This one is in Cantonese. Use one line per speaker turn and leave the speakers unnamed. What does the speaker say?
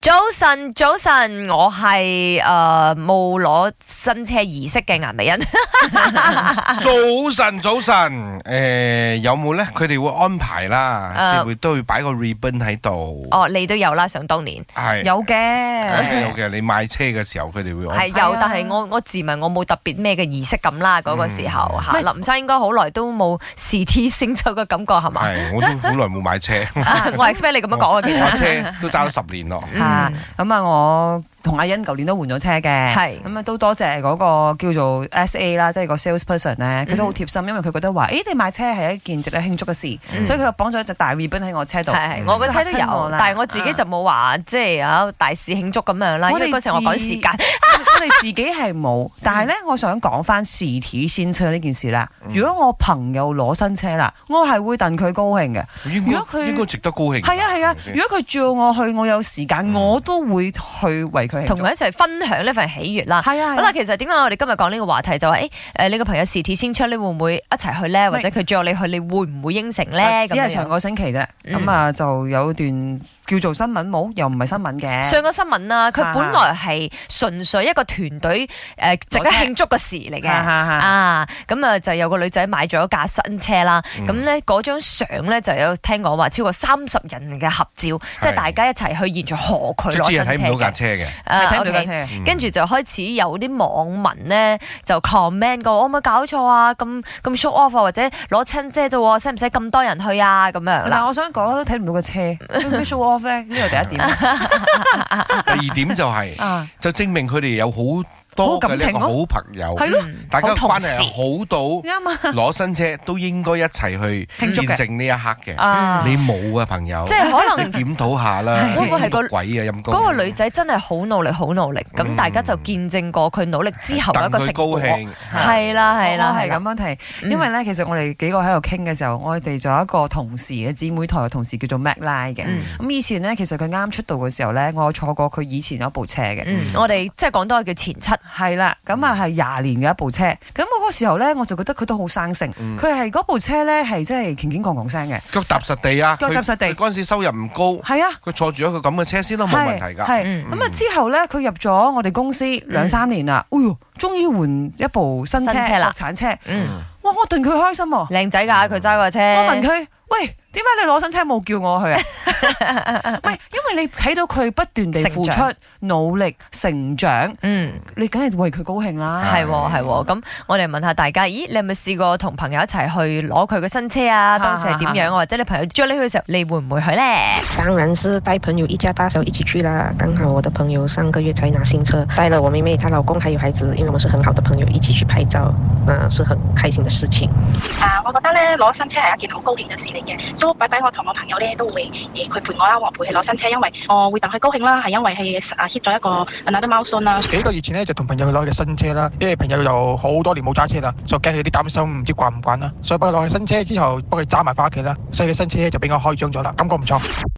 早晨，早晨，我係诶冇攞新車儀式嘅顏美欣，
早晨，早晨，诶、有冇咧？佢哋會安排啦，
誒
啊
即係會都要擺個 ribbon 喺度，
哦，你都有啦，想當年
係
有嘅，
誒有嘅。你買車嘅時候，佢哋會
係
安排。
有
係啊，
但係我我自問我冇特別咩嘅儀式感啦，嗰個時候吓，林生應該好耐都冇時鐵星走嘅感覺係 嘛？
係，我都好耐冇買車，
啊我 expect 你咁樣講啊，其
我
實
車都揸咗十年咯。
嚇咁啊！我同阿欣舊年都換咗車嘅，
嗯係
咁啊都多謝嗰個叫做 S.A. 啦，即係個 salesperson 咧，
嗯
佢都好貼心，因為佢覺得話：，誒你買車係一件值得慶祝嘅事，
嗯
所以佢就綁咗一隻大 ribbon 喺我車度。
係係我個車都
嚇親
有
我，啦
但係我自己就冇話即係啊大肆慶祝咁樣啦，因
我哋
為嗰時候我趕
自
時間，
啊我哋自己係
嗯
冇，但係咧，我想講翻事體先車呢件事啦。
嗯
如果我朋友攞新車啦，我係會戥佢高興嘅。
應
如果
該
佢
應該值得高興㗎。
係啊係啊
係咪，先嗯
如果佢叫我去，我有時間，我都會去為佢慶祝。
同佢一齊分享呢份喜悅啦。
係啊，
好啦，其實點解我哋今日講呢個話題就話，誒誒你個朋友是鐵先出，你會唔會一齊去咧？或者佢約你去，你會唔會應承咧？
啊
咁
只係
樣
上個星期啫，
嗯
咁啊就有段叫做新聞冇，又唔係新聞嘅。
上個新聞啦，佢
啊
本來係純粹一個團隊誒值得
攞車
慶祝嘅事嚟嘅。
啊啊啊
啊，咁啊就有個女仔買咗架新車啦，
嗯
咁咧嗰張相咧就有聽講話超過三十人嘅合照，即係大家一齊去現場賀佢
卒
攞
之
新
係
車
睇唔到架
嘅。
車嘅，
啊
睇唔到架
OK
車，
嗯
跟住就開始有啲網民咧就 comment 個，我冇搞錯啊，咁咁 show off 啊，或者攞親啫啫喎，使唔使咁多人去啊？咁樣
嗱，
啦，
我想講都睇唔到個車，有咩 show off 咧？呢個 第一 點
啊
第二點就係、
啊，
就證明佢哋有好多
好
嘅
感
呢
情
個
咯
好朋友，
係咯，
嗯
大家
好同
關
事
係好到
啱啊
攞新車都應該一齊去見
慶祝嘅
證呢一刻嘅。
啊，
嗯你冇啊，朋友。
即係可 能
檢討下啦，
會唔會係個
毒鬼啊陰公？
嗰個女仔真係好努力，好努力，咁
嗯
大家就見證過佢努力之後嘅一個
戥佢
成
高
果。
興，
係啦，係啦，係
我哦係咁
啦，
樣提，
嗯
因為咧，其實我哋幾個喺度傾嘅時候，我哋就有一個同事嘅姊妹台嘅同事叫做 Mac Lie 嘅。
嗯
咁以前咧，其實佢啱出道嘅時候咧，我有坐過佢以前有一部車嘅。
嗯，我哋即係講多叫前七，
係啦，咁啊係廿年嘅一部車，咁我嗰時候咧，我就覺得佢都好生性，
嗯
佢係嗰部車咧係真係擎擎咣咣聲嘅，
腳踏實地啊！
腳踏實地
佢佢嗰陣時收入唔高，
係啊，
佢坐住一個咁嘅車先都冇問題㗎。嗯
係
嗯
咁啊之後咧，佢入咗我哋公司兩三年啦，哎呦，終於換一部新車
新車啦
國產車，
嗯，
哇！我戥佢開心喎，
靚仔㗎，佢揸個車，
我問佢，喂，點解你攞新車冇叫我去啊？ 唔係，因為你睇到佢不斷地付
成
出、努力、成長，
嗯。
你梗係為佢高興啦。
係喎係喎，咁我哋問下大家，咦，你有冇試過同朋友一齊去攞佢嘅新車啊？當時係點樣啊？或者你朋友追你去嘅時候，你會唔會去咧？
当然是带朋友一家大小一起去啦。刚好我的朋友上个月才拿新车，带了我妹妹、她老公还有孩子，因为我们是很好的朋友，一起去拍照，那是很开心的事情。
啊，我覺得咧攞新車係一件好高興嘅事嚟嘅，所以擺擺我同我朋友咧都會誒佢、陪我啦，我陪佢攞新車，因為我會等佢高興啦，係因為係啊 hit 咗一個 another milestone 啦。
幾個月前咧就同朋友去攞嘅新車啦，因為朋友又好多年冇揸車啦，就驚佢啲擔心唔知慣唔慣啦，所以幫佢攞去新車之後，幫佢揸埋翻屋企啦，所以佢新車就俾我開張咗啦，感覺唔錯。